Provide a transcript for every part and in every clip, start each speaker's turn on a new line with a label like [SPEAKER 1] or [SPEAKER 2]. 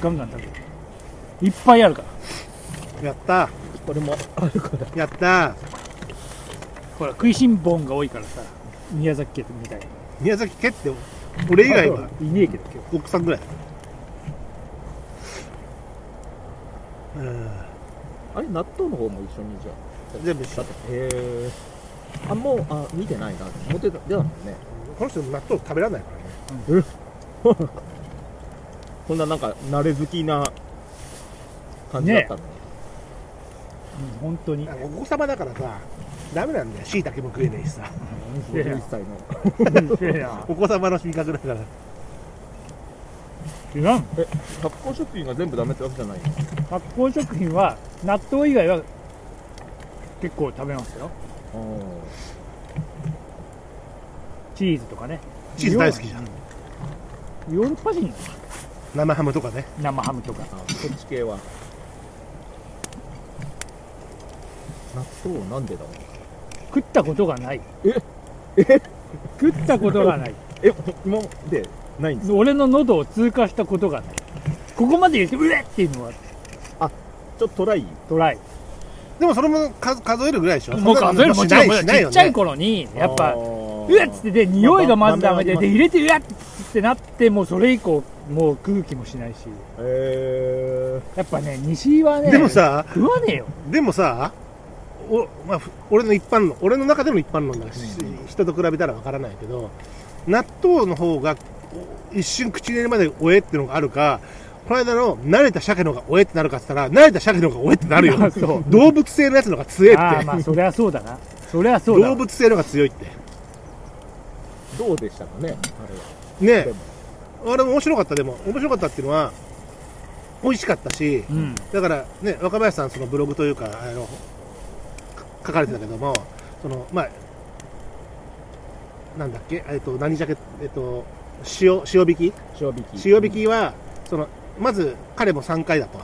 [SPEAKER 1] ガンガン食べるいっぱいあるから
[SPEAKER 2] やった
[SPEAKER 1] これもあるから
[SPEAKER 2] やった
[SPEAKER 1] ほら食いしん坊が多いからさ宮崎県みたいな
[SPEAKER 2] 宮崎県って俺以外はい
[SPEAKER 1] ねえけど今
[SPEAKER 2] 奥さんぐらいうん
[SPEAKER 3] あれ納豆の方も一緒にじゃあ
[SPEAKER 2] 全部一緒
[SPEAKER 3] だってへえあもうあ見てないな思ってた出たもんね
[SPEAKER 2] この人納豆食べられないからね
[SPEAKER 3] こんななんか慣れ好きな感じだったのに、
[SPEAKER 1] 日、うん、本当に
[SPEAKER 2] なんかお子様だからさダメなんだよ椎茸も食えないしさ
[SPEAKER 1] いやいや
[SPEAKER 3] 51歳の
[SPEAKER 1] いやいや
[SPEAKER 2] お子様の味覚だから
[SPEAKER 1] 違う
[SPEAKER 3] 発酵食品が全部ダメってわけじゃないよ
[SPEAKER 1] 発酵食品は納豆以外は結構食べますよチーズとかね
[SPEAKER 2] チーズ大好きじゃん
[SPEAKER 1] ヨーロッパ人なのか
[SPEAKER 2] 生ハムとかね
[SPEAKER 1] 生ハムとか
[SPEAKER 3] あそっち系は納豆はなんでだろう
[SPEAKER 1] 食ったことがない
[SPEAKER 3] え
[SPEAKER 1] え食ったことがない
[SPEAKER 3] え今までないんです
[SPEAKER 1] 俺の喉を通過したことがないここまで言ってうえっていうのは
[SPEAKER 3] ちょっとトライ
[SPEAKER 1] トライ
[SPEAKER 2] でもそれも数数えるぐらいでしょ
[SPEAKER 1] もう数えるもちろんもちろんちっちゃい
[SPEAKER 2] 子
[SPEAKER 1] 頃にやっ
[SPEAKER 3] あ
[SPEAKER 1] ぱ
[SPEAKER 3] ー
[SPEAKER 1] うわっつってで匂いがまずダメで
[SPEAKER 3] まあ
[SPEAKER 1] で入れてうわっつってなってもうそれ以降もう空気もしないし
[SPEAKER 3] え
[SPEAKER 1] やっぱね西はね
[SPEAKER 2] でもさ
[SPEAKER 1] 食わねえよ
[SPEAKER 2] でもさお、まあ、ふ俺の一般論俺の中での一般論だから、し人と比べたらわからないけど納豆の方がお一瞬口に入れるまでおえってのがあるかこの間の慣れた鮭の方がおえってなるかって言ったら慣れた鮭の方がおえってなる よ
[SPEAKER 1] まあそう
[SPEAKER 2] 動物性のやつの方が強いって、
[SPEAKER 1] ああまあそりゃそうだなそりゃそうだ
[SPEAKER 2] 動
[SPEAKER 1] わ
[SPEAKER 2] 物性の方が強いって
[SPEAKER 3] ー、どうでしたかねあれは
[SPEAKER 2] ね
[SPEAKER 3] で
[SPEAKER 2] え
[SPEAKER 3] も
[SPEAKER 2] あれも面白かったでも面白かったっていうのは美味しかったし
[SPEAKER 1] うん
[SPEAKER 2] だからね若林さんそのブログというかあのか書かれてたけどもそのまあなんだっけえっと何鮭えっと塩塩引き
[SPEAKER 3] 塩引き
[SPEAKER 2] 塩引きは、そのまず彼も3回だと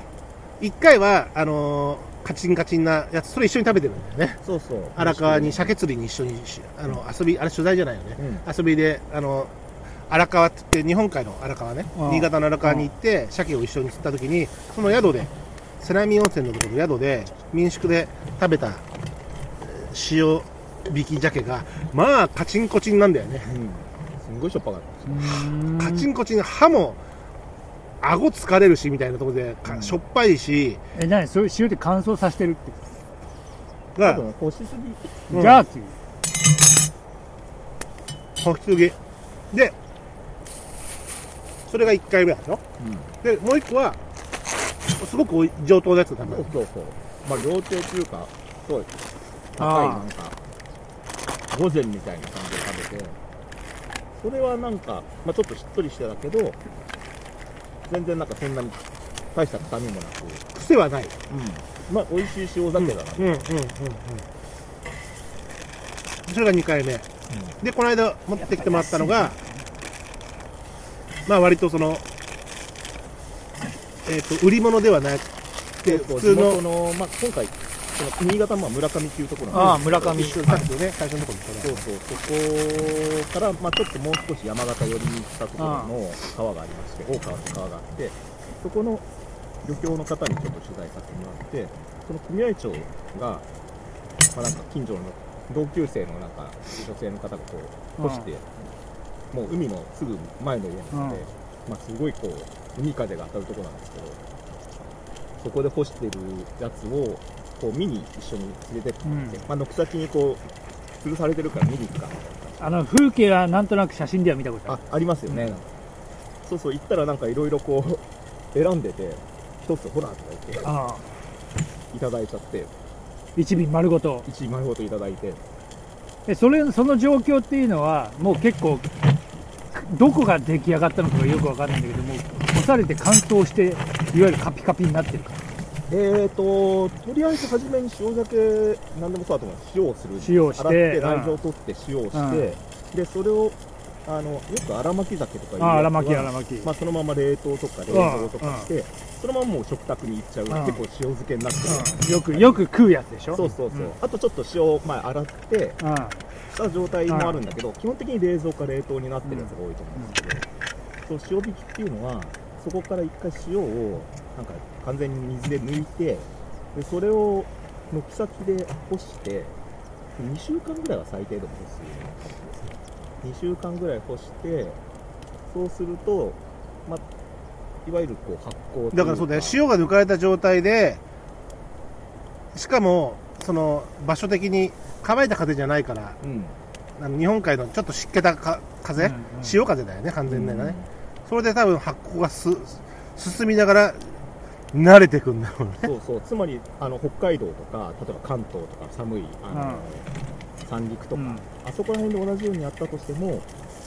[SPEAKER 2] 1回はあのーカチンカチンなやつそれ一緒に食べてるんだよね
[SPEAKER 3] そうそう
[SPEAKER 2] 荒川に鮭釣りに一緒にしあの遊びあれ取材じゃないよね
[SPEAKER 3] うん
[SPEAKER 2] 遊びであの荒川って言って日本海の荒川ね
[SPEAKER 1] うん
[SPEAKER 2] 新潟の荒川に行って鮭を一緒に釣った時にその宿で瀬波温泉のところの宿で民宿で食べたえー塩引き鮭がまあカチンコチンなんだよね
[SPEAKER 3] うんすんごいしょっぱかったです
[SPEAKER 2] カチンコチン歯も顎疲れるしみたいなところでかしょっぱいし
[SPEAKER 1] え何そういう塩で乾燥させてるって
[SPEAKER 3] 多
[SPEAKER 2] が
[SPEAKER 3] 分干しすぎ
[SPEAKER 2] うん
[SPEAKER 1] じゃあ次
[SPEAKER 2] 保湿着でそれが1回目だよでもう1個はすごくおい上等なやつだ
[SPEAKER 3] そうそうそうまあ料亭というかすごい高い
[SPEAKER 1] あー
[SPEAKER 3] なんか午前みたいな感じで食べてそれはなんか、まあ、ちょっとしっとりしてたけど全然なんかそんなに大した臭みもなく、
[SPEAKER 2] 癖はない
[SPEAKER 3] まあ美味しい塩酒だな、
[SPEAKER 2] うんうんうんうんそれが2回目、でこの間持ってきてもらったのがまあ割とそのえっ、と売り物ではなくて
[SPEAKER 3] そう
[SPEAKER 2] 普通
[SPEAKER 3] 地元
[SPEAKER 2] の
[SPEAKER 3] の、まあ、今回その新潟も村上っていうところ
[SPEAKER 1] あ
[SPEAKER 3] な
[SPEAKER 1] あ
[SPEAKER 3] んで
[SPEAKER 1] 村上
[SPEAKER 2] 一緒さっきのね最初のところに
[SPEAKER 3] そうそうそこから、まあ、ちょっともう少し山形寄りに行ったところの川がありまして大川の川があってそこの漁協の方にちょっと取材させてもらってその組合長が、まあ、なんか近所の同級生のなんか女性の方がこう干して、もう海のすぐ前の家なので、
[SPEAKER 1] うん
[SPEAKER 3] まあ、すごいこう海風が当たるところなんですけどそこで干してるやつをこう見に一緒に連れてっ
[SPEAKER 1] う
[SPEAKER 3] て、
[SPEAKER 1] ん
[SPEAKER 3] まあ、軒先にこう吊るされてるから見に行くかみたいな感じ
[SPEAKER 1] あの風景はなんとなく写真では見たことあ
[SPEAKER 3] あ
[SPEAKER 1] る
[SPEAKER 3] ありますよね、
[SPEAKER 1] うん
[SPEAKER 3] そうそう行ったらなんかいろいろこう選んでて一つほらとか言って
[SPEAKER 1] ああ
[SPEAKER 3] いただいちゃって
[SPEAKER 1] 一瓶丸ごと
[SPEAKER 3] 一枚ごといただいて
[SPEAKER 1] でそれその状況っていうのはもう結構どこが出来上がったのかがよくわかんないんだけどもう干されて乾燥していわゆるカピカピになってるから
[SPEAKER 3] えーととりあえず初めに塩酒何でもそうだと思うんです塩をする
[SPEAKER 1] 塩をして
[SPEAKER 3] 洗って
[SPEAKER 1] うん
[SPEAKER 3] 内臓を取って塩をして、
[SPEAKER 1] うん
[SPEAKER 3] でそれをあのよく荒巻き酒とかいう
[SPEAKER 1] ああ荒
[SPEAKER 3] やつは
[SPEAKER 1] 巻き荒巻き、
[SPEAKER 3] まあ、そのまま冷凍とか冷蔵とかして、そのままもう食卓に行っちゃう、
[SPEAKER 1] ん
[SPEAKER 3] 結構塩漬けになってる、
[SPEAKER 1] うんよくよく食うやつでしょ
[SPEAKER 3] そうそうそう、
[SPEAKER 1] ん
[SPEAKER 3] あとちょっと塩を、まあ、洗って
[SPEAKER 1] うん
[SPEAKER 3] した状態もあるんだけど、基本的に冷蔵か冷凍になってるやつが多いと思うんですけど、そう塩引きっていうのはそこから一回塩をなんか完全に水で抜いてでそれを軒先で干して2週間ぐらいは最低でも干す2週間ぐらい干してそうすると、まあ、いわゆるこう発酵という
[SPEAKER 2] だからそうだよ塩が抜かれた状態でしかもその場所的に乾いた風じゃないから
[SPEAKER 3] うん
[SPEAKER 2] あの日本海のちょっと湿気たか風、
[SPEAKER 1] うんうん
[SPEAKER 2] 潮風だよね完全なね、それで多分発酵がす進みながら慣れてくんだろうね
[SPEAKER 3] そうそう、つまりあの北海道とか、例えば関東とか寒いあの、三陸とか、
[SPEAKER 1] うん
[SPEAKER 3] あそこら辺で同じようにやったとしても、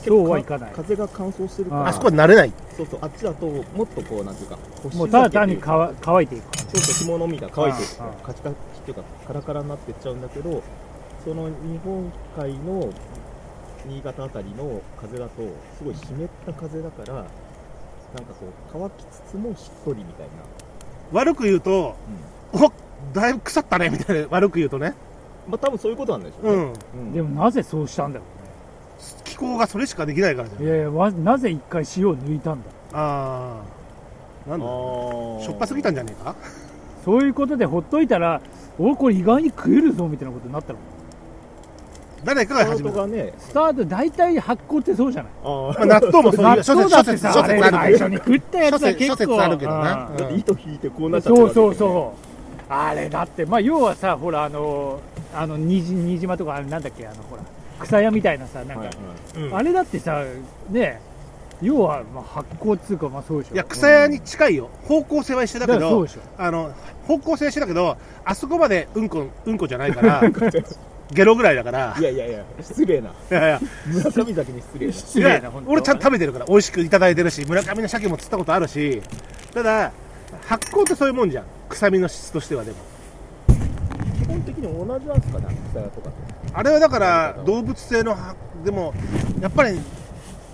[SPEAKER 1] そうはいかない
[SPEAKER 3] 風が乾燥してるから、
[SPEAKER 1] あ
[SPEAKER 2] あそこは慣れない
[SPEAKER 3] そうそう、あっちだともっとこう、なんていうか、
[SPEAKER 1] もうただ単に
[SPEAKER 3] 乾
[SPEAKER 1] 乾乾いていく感
[SPEAKER 3] そうそう、着物みたいな乾いてる
[SPEAKER 1] ああ
[SPEAKER 3] カチカチっていうか、カラカラになってっちゃうんだけど、その日本海の新潟あたりの風だと、すごい湿った風だから、なんかこう、乾きつつもしっとりみたいな。
[SPEAKER 2] 悪く言うと
[SPEAKER 3] うん
[SPEAKER 2] おだいぶ腐ったねみたいな悪く言うとね、
[SPEAKER 3] まあ多分そういうことなんでしょ
[SPEAKER 2] う
[SPEAKER 3] うね。
[SPEAKER 2] ん、
[SPEAKER 3] うん
[SPEAKER 1] じでもなぜそうしたんだろ
[SPEAKER 2] 気候がそれしかできないからじゃ
[SPEAKER 1] うね
[SPEAKER 2] ん
[SPEAKER 1] いやいやわなぜ一回塩を抜いたんだ
[SPEAKER 2] ああなんだしょっぱすぎたんじゃねえか
[SPEAKER 1] そういうことでほっといたらおこれ意外に食えるぞみたいなことになったの
[SPEAKER 2] 誰か
[SPEAKER 3] ス
[SPEAKER 2] が
[SPEAKER 3] タ
[SPEAKER 2] 始
[SPEAKER 3] ー
[SPEAKER 2] め
[SPEAKER 3] ト
[SPEAKER 2] た、ま
[SPEAKER 3] がね、
[SPEAKER 1] スタート大体発酵ってそうじゃない
[SPEAKER 2] あ、納豆もそういう
[SPEAKER 1] 納
[SPEAKER 2] 諸
[SPEAKER 1] 豆
[SPEAKER 2] 説
[SPEAKER 1] だ
[SPEAKER 2] 諸
[SPEAKER 1] って
[SPEAKER 2] 説
[SPEAKER 1] さ
[SPEAKER 2] 諸
[SPEAKER 1] あれ
[SPEAKER 2] 説あ
[SPEAKER 1] 最
[SPEAKER 2] る
[SPEAKER 1] 初に食ったやつは結構
[SPEAKER 2] 諸説あるけどな
[SPEAKER 1] うん
[SPEAKER 2] うん
[SPEAKER 3] だって糸引いてこうなっちゃってる
[SPEAKER 1] そ
[SPEAKER 3] わ
[SPEAKER 1] う
[SPEAKER 3] けです
[SPEAKER 1] そ
[SPEAKER 3] よ
[SPEAKER 1] う
[SPEAKER 3] ね
[SPEAKER 1] そうあれだってまあ要はさほらあのあのにじ新島とかあれなんだっけあのほら草屋みたいなさなんか、
[SPEAKER 3] はいはい
[SPEAKER 2] うん
[SPEAKER 1] あれだってさね要はまあ発酵っつうかまあそうでしょ
[SPEAKER 2] いや草屋に近いよ方向性は一緒だ
[SPEAKER 1] だ
[SPEAKER 2] け
[SPEAKER 1] からそ
[SPEAKER 2] ど
[SPEAKER 1] うでしょ
[SPEAKER 2] あの方向性は一緒だけどあそこまでうんこうんこじゃないからゲロぐらいだから
[SPEAKER 3] いやいやいや、失礼な。
[SPEAKER 2] いやいや
[SPEAKER 3] 村上崎に失礼な。
[SPEAKER 1] 失礼
[SPEAKER 2] いや
[SPEAKER 1] な本当
[SPEAKER 2] 俺ちゃんと食べてるから美味しくいただいてるし村上の鮭も釣ったことあるしただ発酵ってそういうもんじゃん臭みの質としてはでも
[SPEAKER 3] 基本的に同じなんですかね、草屋とかって。
[SPEAKER 2] あれはだから動物性の発でもやっぱり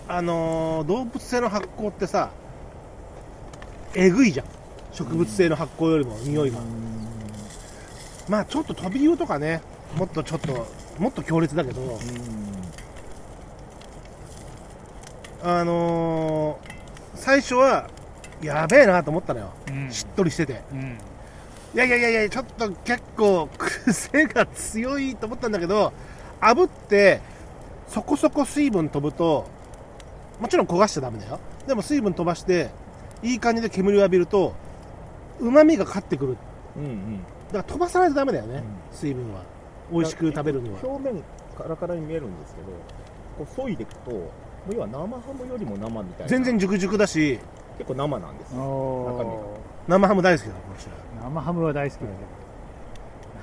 [SPEAKER 2] あのー動物性の発酵ってさえぐいじゃん植物性の発酵よりも匂いが、まあちょっとトビウオとかねもっとちょっともっと強烈だけど、あのー最初はやべえなと思ったのよ、
[SPEAKER 1] うん
[SPEAKER 2] しっとりしてて
[SPEAKER 1] うん
[SPEAKER 2] いやいやいやいやちょっと結構癖が強いと思ったんだけど炙ってそこそこ水分飛ぶともちろん焦がしちゃダメだよでも水分飛ばしていい感じで煙を浴びるとうまみが勝ってくる
[SPEAKER 3] うんうん。
[SPEAKER 2] だから飛ばさないとダメだよね、
[SPEAKER 3] うん
[SPEAKER 2] 水分は美味しく食べるには
[SPEAKER 3] 表面カラカラに見えるんですけど、こう削いでいくと、もう要は生ハムよりも生みたいな。
[SPEAKER 2] 全然熟熟だし
[SPEAKER 3] 結構生なんですよ。中身が
[SPEAKER 1] お
[SPEAKER 2] 生ハム大好きだこの人は
[SPEAKER 1] ー生ハムは大好きだけど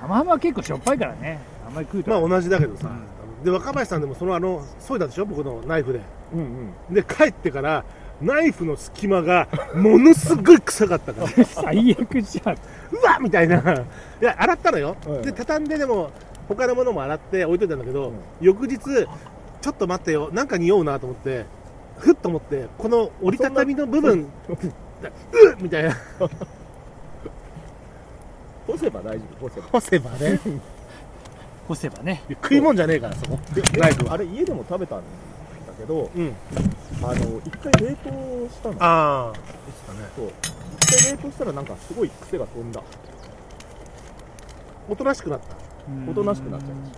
[SPEAKER 1] 生ハムは結構しょっぱいからねあんまり食うと
[SPEAKER 2] まあ同じだけどさ、
[SPEAKER 1] う
[SPEAKER 2] で若林さんでもそのあの削いだでしょ僕のナイフで
[SPEAKER 3] うんうん。
[SPEAKER 2] で帰ってからナイフの隙間がものすごい臭かったから
[SPEAKER 1] 最悪じゃん
[SPEAKER 2] うわみたいないや洗ったのよ、
[SPEAKER 3] うん
[SPEAKER 2] で畳んででも他のものも洗って置いといたんだけど、
[SPEAKER 3] うん
[SPEAKER 2] 翌日ちょっと待ってよなんか匂うなと思ってふっと思ってこの折りたたみの部分うっみたいな
[SPEAKER 3] 干せば大丈夫、干せば。
[SPEAKER 2] 干せばね
[SPEAKER 1] 干せばね
[SPEAKER 2] 食いもんじゃねえからそこ
[SPEAKER 3] で
[SPEAKER 2] ナイフは
[SPEAKER 3] あれ家でも食べたんだけど、
[SPEAKER 2] うん
[SPEAKER 3] あの、一回冷凍したの。
[SPEAKER 2] ああ
[SPEAKER 3] そう。一回冷凍したらなんかすごい癖が飛んだ。
[SPEAKER 2] おとなしくなった
[SPEAKER 1] うん
[SPEAKER 3] おとなしくなっちゃいまし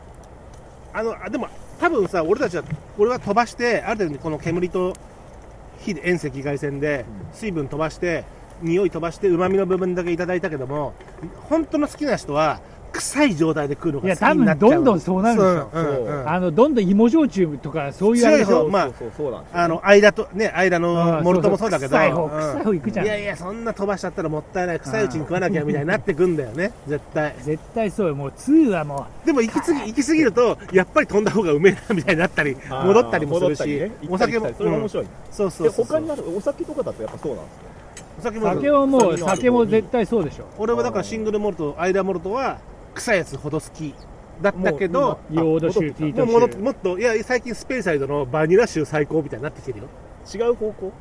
[SPEAKER 2] あのあでも多分さ俺たちは俺は飛ばしてある程度この煙と火で遠赤外線で
[SPEAKER 3] うん
[SPEAKER 2] 水分飛ばして匂い飛ばして旨味の部分だけいただいたけども本当の好きな人は臭い状態で食うの
[SPEAKER 1] い
[SPEAKER 2] が
[SPEAKER 1] や
[SPEAKER 2] 好きになっちゃ
[SPEAKER 1] 多分
[SPEAKER 2] う
[SPEAKER 1] どんどんそうなるでしょ
[SPEAKER 2] うんうんうん
[SPEAKER 1] あのどんどん芋焼酎とかそういうあれでし
[SPEAKER 2] 強い
[SPEAKER 1] ょ
[SPEAKER 2] 方まあ
[SPEAKER 3] そうそうそうなんですよ
[SPEAKER 2] あの間とね間のモルトもそうだけど
[SPEAKER 1] 臭い方
[SPEAKER 2] うん
[SPEAKER 1] 臭い方いくじゃん
[SPEAKER 2] いやいやそんな飛ばしちゃったらもったいない臭いうちに食わなきゃみたいになってくんだよね絶対
[SPEAKER 1] 絶対そうよもう2はも
[SPEAKER 2] でも行き過ぎ行き過ぎるとやっぱり飛んだ方がうめえなみたいになったり
[SPEAKER 3] あー
[SPEAKER 2] 戻ったりもするし、
[SPEAKER 3] 戻ったり
[SPEAKER 2] お酒
[SPEAKER 3] ね
[SPEAKER 2] も
[SPEAKER 3] 行ったり来たりそれも面
[SPEAKER 2] うん
[SPEAKER 3] 白い、
[SPEAKER 2] そうそう
[SPEAKER 3] で
[SPEAKER 2] そう
[SPEAKER 3] 他にあるお酒とかだとやっぱそうなんですよ
[SPEAKER 2] お酒
[SPEAKER 1] う
[SPEAKER 2] も
[SPEAKER 1] 酒はもう
[SPEAKER 3] そう
[SPEAKER 1] 酒も絶対そうでしょ
[SPEAKER 2] 俺はだからシングルモルトアイダモルトは臭いやつほど好きだったけど
[SPEAKER 3] もう
[SPEAKER 1] ヨード臭ピー
[SPEAKER 2] も
[SPEAKER 1] ト
[SPEAKER 2] うもっ
[SPEAKER 1] 臭
[SPEAKER 2] ともっといや最近スペイサイドのバニラ臭最高みたいになってきてるよ
[SPEAKER 3] 違う方向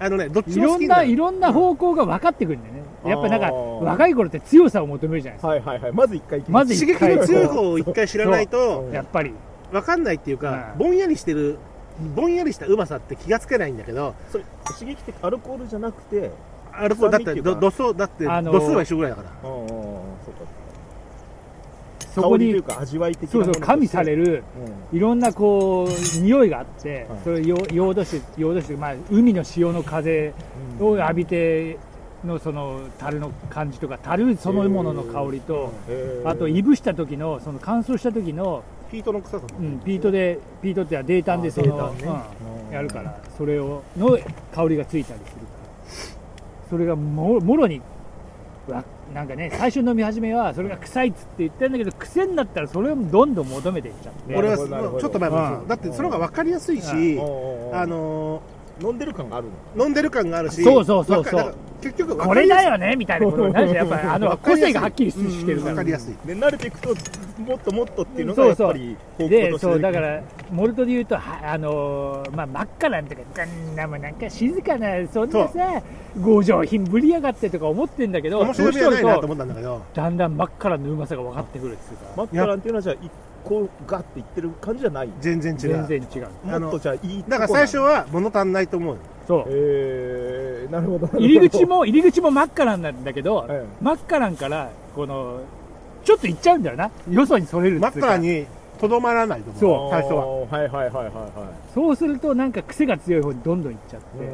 [SPEAKER 2] あのねどっち
[SPEAKER 1] い
[SPEAKER 2] も
[SPEAKER 1] ろ
[SPEAKER 2] 好き
[SPEAKER 1] ん
[SPEAKER 2] んだ
[SPEAKER 1] な
[SPEAKER 2] よ
[SPEAKER 1] いろんな方向が分かってくるんだよねやっぱなん
[SPEAKER 3] あ
[SPEAKER 1] か
[SPEAKER 3] ー
[SPEAKER 1] 若い頃って強さを求めるじゃないですか
[SPEAKER 3] はいはいはいまず一回行き
[SPEAKER 1] まず
[SPEAKER 2] 刺激の強い方を一回知らない
[SPEAKER 3] そ
[SPEAKER 2] と
[SPEAKER 3] う
[SPEAKER 1] やっぱり
[SPEAKER 2] 分かんないっていうか
[SPEAKER 1] うん
[SPEAKER 2] ぼんやりしてるぼんやりしたうまさって気がつけないんだけど
[SPEAKER 3] それ刺激ってアルコールじゃなくて
[SPEAKER 2] アルコールだっ
[SPEAKER 3] 酸味
[SPEAKER 2] て
[SPEAKER 3] っていう
[SPEAKER 2] ど
[SPEAKER 3] か
[SPEAKER 2] 度数だって
[SPEAKER 1] あのー
[SPEAKER 2] 度数は一緒ぐらいだから
[SPEAKER 3] ああそうか
[SPEAKER 1] そこ
[SPEAKER 3] 香りとい
[SPEAKER 1] に
[SPEAKER 3] うか味わい的な
[SPEAKER 1] そうそう加味され
[SPEAKER 3] る、
[SPEAKER 1] る
[SPEAKER 3] う
[SPEAKER 1] いろんなこう匂いがあって、
[SPEAKER 3] はい
[SPEAKER 1] それをよ用土して用土して、まあ、海の潮の風
[SPEAKER 3] ん
[SPEAKER 1] を浴びてのその樽の感じとか樽そのものの香りと、
[SPEAKER 3] へー
[SPEAKER 1] あといぶした時のその乾燥した時の、
[SPEAKER 2] ピートの臭さも、
[SPEAKER 1] うん、ピートでピートってはデータンでそ
[SPEAKER 2] あ
[SPEAKER 1] の、
[SPEAKER 2] 泥炭ね
[SPEAKER 1] うんやるからそれをの香りがついたりするからそれがももろにうわなんかね最初飲み始めはそれが臭いっつって言ってんだけど癖になったらそれをどんどん求めていっちゃって
[SPEAKER 3] ね
[SPEAKER 2] 俺は
[SPEAKER 3] なるほどなるほど
[SPEAKER 2] ちょっと前まで、
[SPEAKER 1] うん
[SPEAKER 2] だってその方が分かりやすいし、
[SPEAKER 3] おー
[SPEAKER 2] あの
[SPEAKER 3] 飲んでる感があるのか
[SPEAKER 2] ー飲んでる感があるし
[SPEAKER 1] そうそうそう
[SPEAKER 2] わか
[SPEAKER 1] そう
[SPEAKER 2] だから結局
[SPEAKER 1] これだ
[SPEAKER 2] よ
[SPEAKER 1] よねみたいなことになるじゃんやっぱあの個性がはっきりしてるか
[SPEAKER 2] 分
[SPEAKER 1] ら
[SPEAKER 2] かりやすい
[SPEAKER 3] ね慣れていくともっともっとっていうの
[SPEAKER 1] そ
[SPEAKER 3] がや
[SPEAKER 1] う
[SPEAKER 3] っ
[SPEAKER 1] そう
[SPEAKER 3] ぱり方向として
[SPEAKER 1] でそうだからモルトで言うとはあのーまあ、真っ赤なんとかそんなもんなんか静かなそんなさご上品ぶりやがってとか思ってんだけど
[SPEAKER 2] 面白みがない
[SPEAKER 1] そう
[SPEAKER 2] な
[SPEAKER 1] する
[SPEAKER 2] と
[SPEAKER 1] と
[SPEAKER 2] 思ったんだけど
[SPEAKER 1] だんだん真っ赤なうまさが分かってくるっていうか
[SPEAKER 3] マッカランっていうのはじゃあ一個ガッていってる感じじゃない
[SPEAKER 2] 全然違
[SPEAKER 1] 全
[SPEAKER 2] う
[SPEAKER 1] 然違う
[SPEAKER 2] あの
[SPEAKER 3] もっとじゃあいい
[SPEAKER 2] だから最初
[SPEAKER 3] は
[SPEAKER 2] は物足んないと思うよ
[SPEAKER 1] そう
[SPEAKER 3] えー、なるほど
[SPEAKER 1] 入り口も入り口も真っ赤なんなんだけど、
[SPEAKER 3] はい
[SPEAKER 1] 真っ赤なんからこのちょっといっちゃうんだよなよそにそれるって
[SPEAKER 2] マ
[SPEAKER 1] いう
[SPEAKER 2] ッ
[SPEAKER 1] か
[SPEAKER 2] カーにとどまらないと思う
[SPEAKER 1] そう
[SPEAKER 2] 最初は
[SPEAKER 3] はいはいはいはいは
[SPEAKER 1] そうするとなんか癖が強い方にどんどんいっちゃって、
[SPEAKER 3] い、う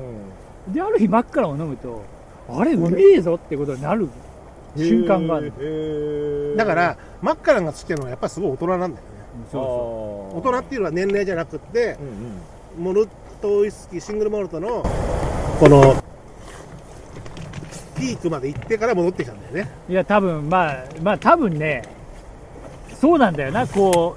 [SPEAKER 3] ん
[SPEAKER 1] である日真っ赤を飲むとあれうめえぞってことになる瞬間がある
[SPEAKER 3] へー
[SPEAKER 2] だからマッカランがつけるのはやっぱりすごい大人なんだよね
[SPEAKER 1] そ
[SPEAKER 2] 大人っていうのは年齢じゃなくって
[SPEAKER 3] うんうん
[SPEAKER 2] モルトウイスキーシングルモルトのこのピークまで行ってから戻ってきたんだよね
[SPEAKER 1] うそういや多分まあまあ多分ねそうなんだよなこ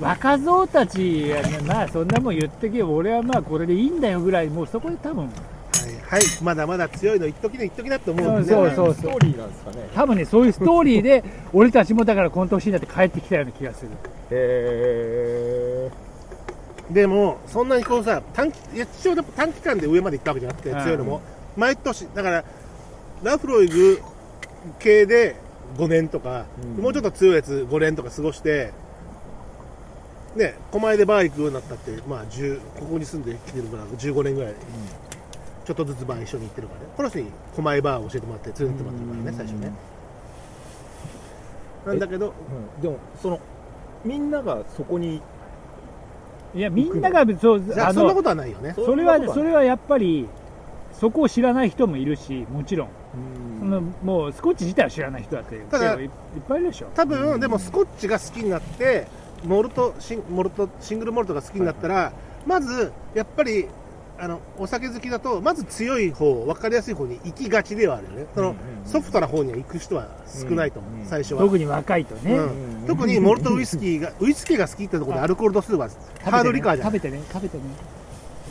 [SPEAKER 1] う若造たちがねまあそんなもん言ってけよ俺はまあこれでいいんだよぐらいもうそこで多分
[SPEAKER 2] はい、はい、まだまだ強いの一時の一時だって思うんだ
[SPEAKER 1] そ
[SPEAKER 2] よね
[SPEAKER 1] うそう
[SPEAKER 3] ストーリーなんですかね
[SPEAKER 1] 多分ねそういうストーリー で俺たちもだからこの年になって帰ってきたような気がする
[SPEAKER 3] へ
[SPEAKER 2] でもそんなにこうさ短期いや一応でも短期間で上まで行ったわけじゃなくて
[SPEAKER 1] うん
[SPEAKER 2] 強いのも毎年だからラフロイグ系で5年とか、
[SPEAKER 3] うん
[SPEAKER 2] もうちょっと強いやつ5年とか過ごしてね狛江でバー行くようになったってまあ10ここに住んできてるから15年ぐらい、ちょっとずつバー一緒に行ってるからねこの人に狛江バーを教えてもらって連れてってもらってるからね最初ねなんだけど
[SPEAKER 3] うん、でもそのみんながそこに
[SPEAKER 1] いやみんながそう
[SPEAKER 2] じゃあそんなことはないよね
[SPEAKER 1] それは
[SPEAKER 3] そんなことは
[SPEAKER 1] それはやっぱりそこを知らない人もいるしもちろん、その
[SPEAKER 3] うん
[SPEAKER 1] もうスコッチ自体は知らない人だって
[SPEAKER 2] ただ
[SPEAKER 1] いっぱいいるでしょ
[SPEAKER 2] 多分、でもスコッチが好きになってモルトシンモルトシングルモルトが好きになったら、まずやっぱりあのお酒好きだとまず強い方分かりやすい方に行きがちではあるよねその、
[SPEAKER 3] うんうんうん
[SPEAKER 2] ソフトな方には行く人は少ないと思う、
[SPEAKER 3] うんうん
[SPEAKER 2] 最初は、
[SPEAKER 1] 特に若いとね、
[SPEAKER 2] うん
[SPEAKER 3] うん
[SPEAKER 2] 特にモルトウイスキーがウイスキーが好きってところでアルコール度数はハードリカーじゃな
[SPEAKER 1] 食
[SPEAKER 2] い
[SPEAKER 1] べてね食べてね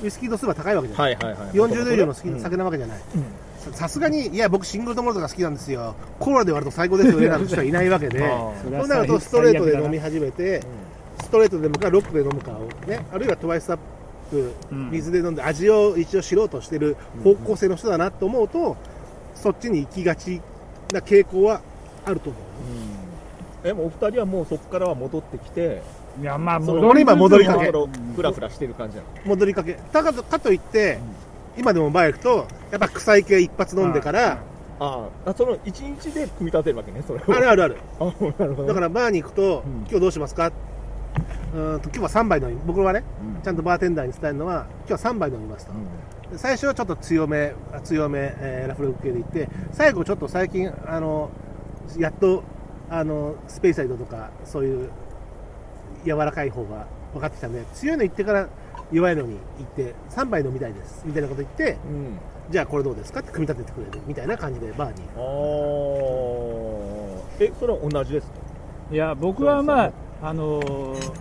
[SPEAKER 2] ウイスキー度数は高いわけじゃない、
[SPEAKER 3] はいはいはい
[SPEAKER 2] 40度以上の好き
[SPEAKER 3] う
[SPEAKER 2] なん酒なわけじゃない、
[SPEAKER 1] うん
[SPEAKER 2] ささすがにいや僕シングルモルトが好きなんですよコーラで割ると最高ですよねなんて人はいないわけで
[SPEAKER 3] あ
[SPEAKER 1] それは
[SPEAKER 2] そう
[SPEAKER 1] さ
[SPEAKER 2] なるとストレートで飲
[SPEAKER 1] 最
[SPEAKER 2] み
[SPEAKER 1] 悪だな
[SPEAKER 2] 始めて
[SPEAKER 3] う、ん
[SPEAKER 2] ストレートで飲むかロックで飲むかをねあるいはトワイスアップ
[SPEAKER 1] うん
[SPEAKER 2] 水で飲んで味を一応知ろうとしてる方向性の人だなと思うと、そっちに行きがちな傾向はあると思う
[SPEAKER 3] えもうお二人はもうそこからは戻ってきて
[SPEAKER 1] いやまあ
[SPEAKER 3] そ
[SPEAKER 1] も
[SPEAKER 3] の
[SPEAKER 1] う
[SPEAKER 2] 俺今戻りか
[SPEAKER 3] と
[SPEAKER 2] け
[SPEAKER 3] ころフラフラしてる感じなの
[SPEAKER 2] 戻りかけだからかといって、今でもバイクとやっぱ臭い系一発飲んでから、
[SPEAKER 3] ああその一日で組み立てるわけねそれを
[SPEAKER 2] あるあるある
[SPEAKER 3] あなるほど
[SPEAKER 2] だからバーに行くと、
[SPEAKER 3] うん
[SPEAKER 2] 今日どうしますかうーんと今日は3杯飲み僕はね
[SPEAKER 3] うん
[SPEAKER 2] ちゃんとバーテンダーに伝えるのは今日は3杯飲みますと、
[SPEAKER 3] うん
[SPEAKER 2] で最初はちょっと強め、あ強め、えーラフログ系で行って、最後ちょっと最近、あの、やっと、あの、スペイサイドとか、そういう、柔らかい方が分かってきたんで、強いの行ってから弱いのに行って、3杯飲みたいです、みたいなこと言って、
[SPEAKER 3] うん
[SPEAKER 2] じゃあこれどうですかって組み立ててくれる、みたいな感じでバーに。
[SPEAKER 3] ああえそれは同じですか
[SPEAKER 1] いや僕はまああのー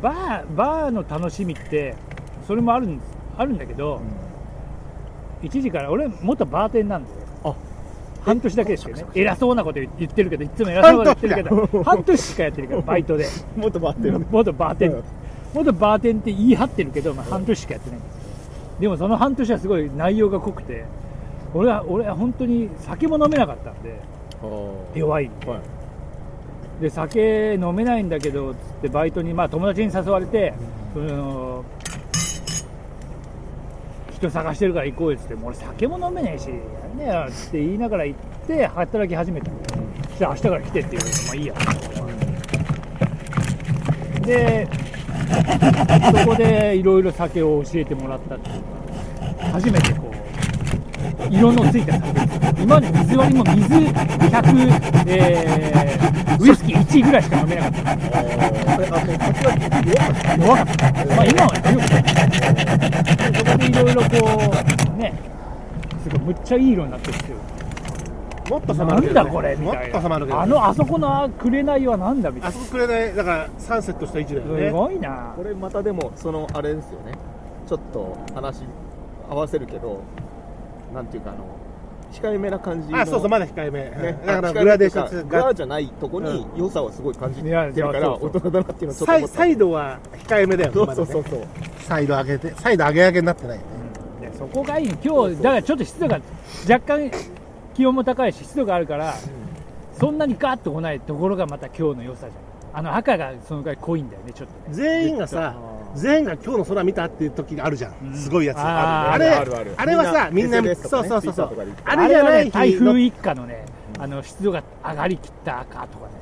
[SPEAKER 1] バーバーの楽しみってそれもあるんですあるんだけど、一時から俺元バーテンなんで
[SPEAKER 3] あ
[SPEAKER 1] 半年だけですけどね偉そうなこと言言ってるけどいつも偉そうなこと言ってるけど半年しかやってるからバイトで
[SPEAKER 3] もっと待ってる
[SPEAKER 1] 元バーテン
[SPEAKER 3] うん
[SPEAKER 1] 元バーテンって言い張ってるけど、まあ、半年しかやってないんですよでもその半年はすごい内容が濃くて俺は俺は本当に酒も飲めなかったんで弱いんで
[SPEAKER 3] はい
[SPEAKER 1] で酒飲めないんだけどつってバイトに、まあ、友達に誘われて、その一人探してるから行こうよっつって、もう俺酒も飲めねえし、やんねえよっつって言いながら行って、働き始めた。そしたら明日から来てって言うから、まあいいや。で、そこでいろいろ酒を教えてもらったっていうか、初めてこう、色のついた酒。今まで水割りも水100、えーウイスキー1ぐらいしか飲めなかった。弱かった。まあ今は強くて。そこでいろいろこう、ね、すごい、むっちゃいい色になってるんですよ。
[SPEAKER 2] もっとさま
[SPEAKER 1] な
[SPEAKER 2] るけ
[SPEAKER 1] ん
[SPEAKER 2] ど
[SPEAKER 1] だ
[SPEAKER 2] ね
[SPEAKER 1] これみ
[SPEAKER 2] もった
[SPEAKER 1] い
[SPEAKER 2] とさまるけ
[SPEAKER 1] な。
[SPEAKER 2] ど
[SPEAKER 1] あ
[SPEAKER 2] ね
[SPEAKER 1] の、あそこの紅はなんだみた
[SPEAKER 2] あ
[SPEAKER 1] い
[SPEAKER 2] そこくれないだからサンセットした位置だ
[SPEAKER 1] な。す
[SPEAKER 2] よね
[SPEAKER 1] ごいな
[SPEAKER 3] こ。れまたでもそのあれですよねちょっと話合わせるけどなんていうかあの控えめな感じの
[SPEAKER 2] あそうそうまだ控えめ、
[SPEAKER 3] ね
[SPEAKER 2] だから
[SPEAKER 3] あ
[SPEAKER 2] グラデーションする
[SPEAKER 3] グラじゃないとこに良さをすごい感じてるか
[SPEAKER 1] いやいや
[SPEAKER 3] ら
[SPEAKER 1] そう
[SPEAKER 3] 大
[SPEAKER 1] そ
[SPEAKER 3] 人だなっていうのはちょっと
[SPEAKER 2] サ
[SPEAKER 3] 思
[SPEAKER 2] イ
[SPEAKER 3] った
[SPEAKER 2] サイドは控えめだよね
[SPEAKER 3] そう
[SPEAKER 2] ま
[SPEAKER 3] そ
[SPEAKER 2] だ
[SPEAKER 3] う
[SPEAKER 2] ね
[SPEAKER 3] そうそう
[SPEAKER 2] サイド上げてサイド上げ上げになってないよね
[SPEAKER 1] でそこがいい。今日、だからちょっと湿度が若干気温も高いし湿度があるから、そんなにガーッと来ないところがまた今日の良さじゃん。あの赤がそのぐらい濃いんだよね、ちょっとね。
[SPEAKER 2] 全員がさ全員が今日の空見たっていう時があるじゃん、
[SPEAKER 1] うん
[SPEAKER 2] すごいやつ
[SPEAKER 1] あー
[SPEAKER 2] あれ
[SPEAKER 3] あるある
[SPEAKER 2] あれはさみんな
[SPEAKER 3] SNS と
[SPEAKER 2] そ
[SPEAKER 3] か
[SPEAKER 2] う
[SPEAKER 3] ね
[SPEAKER 2] そうそうそ
[SPEAKER 3] Twitter とか
[SPEAKER 2] う
[SPEAKER 3] で言って
[SPEAKER 2] あれじゃ
[SPEAKER 1] は
[SPEAKER 2] な
[SPEAKER 1] ね
[SPEAKER 2] い
[SPEAKER 1] 台
[SPEAKER 2] 日
[SPEAKER 1] 風
[SPEAKER 2] の
[SPEAKER 1] 一過のね、あの湿度が上がりきった赤とかね。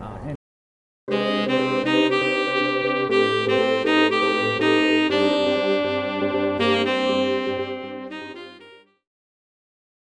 [SPEAKER 1] あの変